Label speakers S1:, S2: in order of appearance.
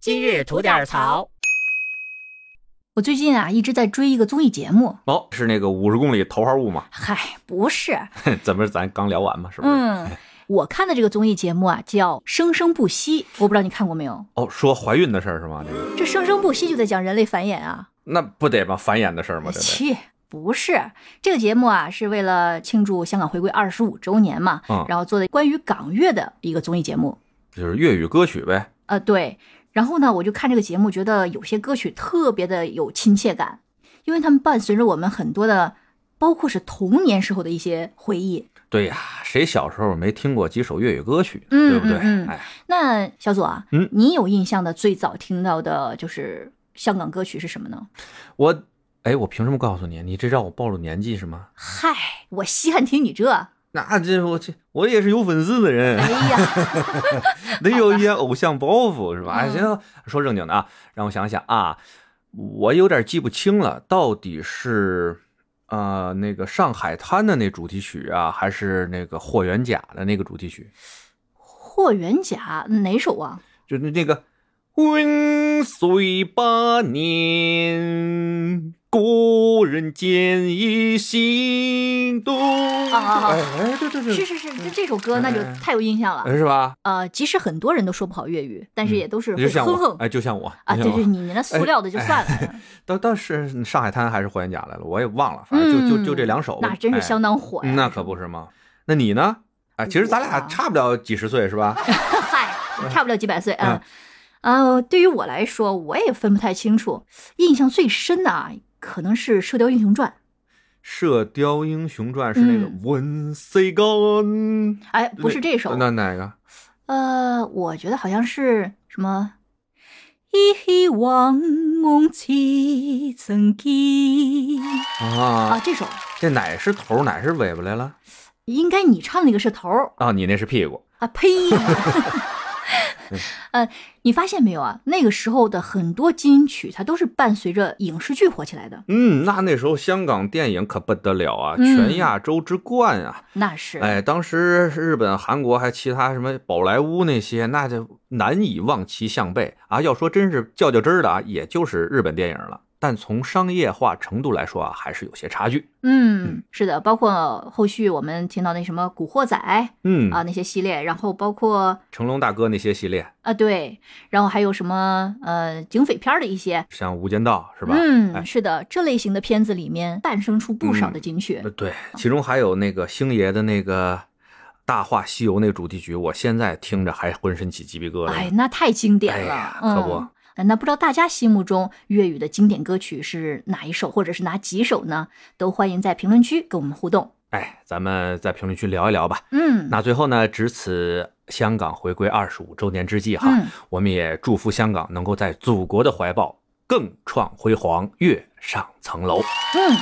S1: 今日吐点槽。
S2: 我最近啊一直在追一个综艺节目，
S3: 哦，是那个五十公里头号物嘛？
S2: 嗨，不是，
S3: 怎么咱刚聊完嘛？是不是？
S2: 嗯，我看的这个综艺节目啊叫《生生不息》，我不知道你看过没有？
S3: 哦，说怀孕的事儿是吗？这个
S2: 这《生生不息》就在讲人类繁衍啊，哎
S3: 那不得吧？繁衍的事儿嘛，对不对？
S2: 切，不是这个节目啊，是为了庆祝香港回归二十五周年嘛，
S3: 嗯
S2: 然后做的关于港乐的一个综艺节目。
S3: 就是粤语歌曲呗。
S2: 呃，对，然后呢，我就看这个节目，觉得有些歌曲特别的有亲切感，因为他们伴随着我们很多的，包括是童年时候的一些回忆。
S3: 对呀，谁小时候没听过几首粤语歌曲呢？
S2: 嗯
S3: 对不对？
S2: 嗯嗯
S3: 哎，
S2: 那小左啊，
S3: 嗯
S2: 你有印象的最早听到的就是香港歌曲是什么呢？
S3: 我哎，我凭什么告诉你？你这让我暴露年纪是吗？
S2: 嗨，哎我稀罕听你这，
S3: 那这我这我也是有粉丝的人
S2: 哎， 呀，
S3: 得有一些偶像包袱是吧？哎，
S2: 嗯
S3: 行，说正经的啊，让我想想啊，我有点记不清了，到底是呃那个上海滩的那主题曲啊，还是那个霍元甲的那个主题曲？
S2: 霍元甲哪首啊？
S3: 就那那个温水八年，故人见一心动。
S2: 啊啊啊
S3: 哎哎，对对对，
S2: 是是是，这这首歌
S3: 嗯
S2: 那就
S3: 嗯
S2: 太有印象了。
S3: 哎是吧？
S2: 呃，即使很多人都说不好粤语，但是也都是
S3: 就
S2: 会
S3: 像
S2: 哼
S3: 我
S2: 哼，
S3: 哎，就像我
S2: 啊。
S3: 就
S2: 对
S3: 像我哎
S2: 对，你那塑料的就算了，
S3: 倒倒是上海滩还是霍元甲来了，我也忘了，反正就、就就这两首，
S2: 嗯那真是相
S3: 当、
S2: 当火呀。
S3: 哎那可不是吗？那你呢？哎，其实咱
S2: 我
S3: 俩
S2: 啊
S3: 差不了几十岁是 吧？
S2: 嗨，差不了几百岁
S3: 嗯
S2: 啊。呃，对于我来说，我也分不太清楚。印象最深的啊，可能是《射雕英雄传
S3: 《射雕英雄传》是那个
S2: 嗯
S3: 文 C 干，》。
S2: 哎，不是这首，
S3: 那哪个？
S2: 呃，我觉得好像是什么。一望梦起曾经啊，
S3: 啊，
S2: 这首
S3: 这哪是头，哪是尾巴来了？
S2: 应该你唱那个是头儿
S3: 啊，你那是屁股。
S2: 啊！呸！ 呃，你发现没有啊？那个时候的很多金曲，它都是伴随着影视剧火起来的。
S3: 嗯，那那时候香港电影可不得了啊，
S2: 嗯
S3: 全亚洲之冠啊！
S2: 那是，
S3: 哎，当时日本、韩国还其他什么宝莱坞那些，那就难以望其项背啊。要说真是较较真儿的啊，也就是日本电影了。但从商业化程度来说啊，还是有些差距。
S2: 嗯，是的，包括后续我们听到那什么《古惑仔》
S3: 嗯，
S2: 啊那些系列，然后包括
S3: 成龙大哥那些系列，
S2: 啊对，然后还有什么呃警匪片儿的一些，
S3: 像《无间道》是吧？哎
S2: 嗯，是的，这类型的片子里面诞生出不少的金曲
S3: 呃，对，其中还有那个星爷的那个《大话西游》那主题曲，我现在听着还浑身起鸡皮疙瘩。
S2: 哎，那太经典
S3: 哎
S2: 了
S3: 呀，可不
S2: 嗯。那不知道大家心目中粤语的经典歌曲是哪一首，或者是哪几首呢？都欢迎在评论区跟我们互动。
S3: 哎，咱们在评论区聊一聊吧。
S2: 嗯，
S3: 那最后呢，值此香港回归二十五周年之际哈，
S2: 嗯
S3: 我们也祝福香港能够在祖国的怀抱更创辉煌，跃上层楼。
S2: 嗯，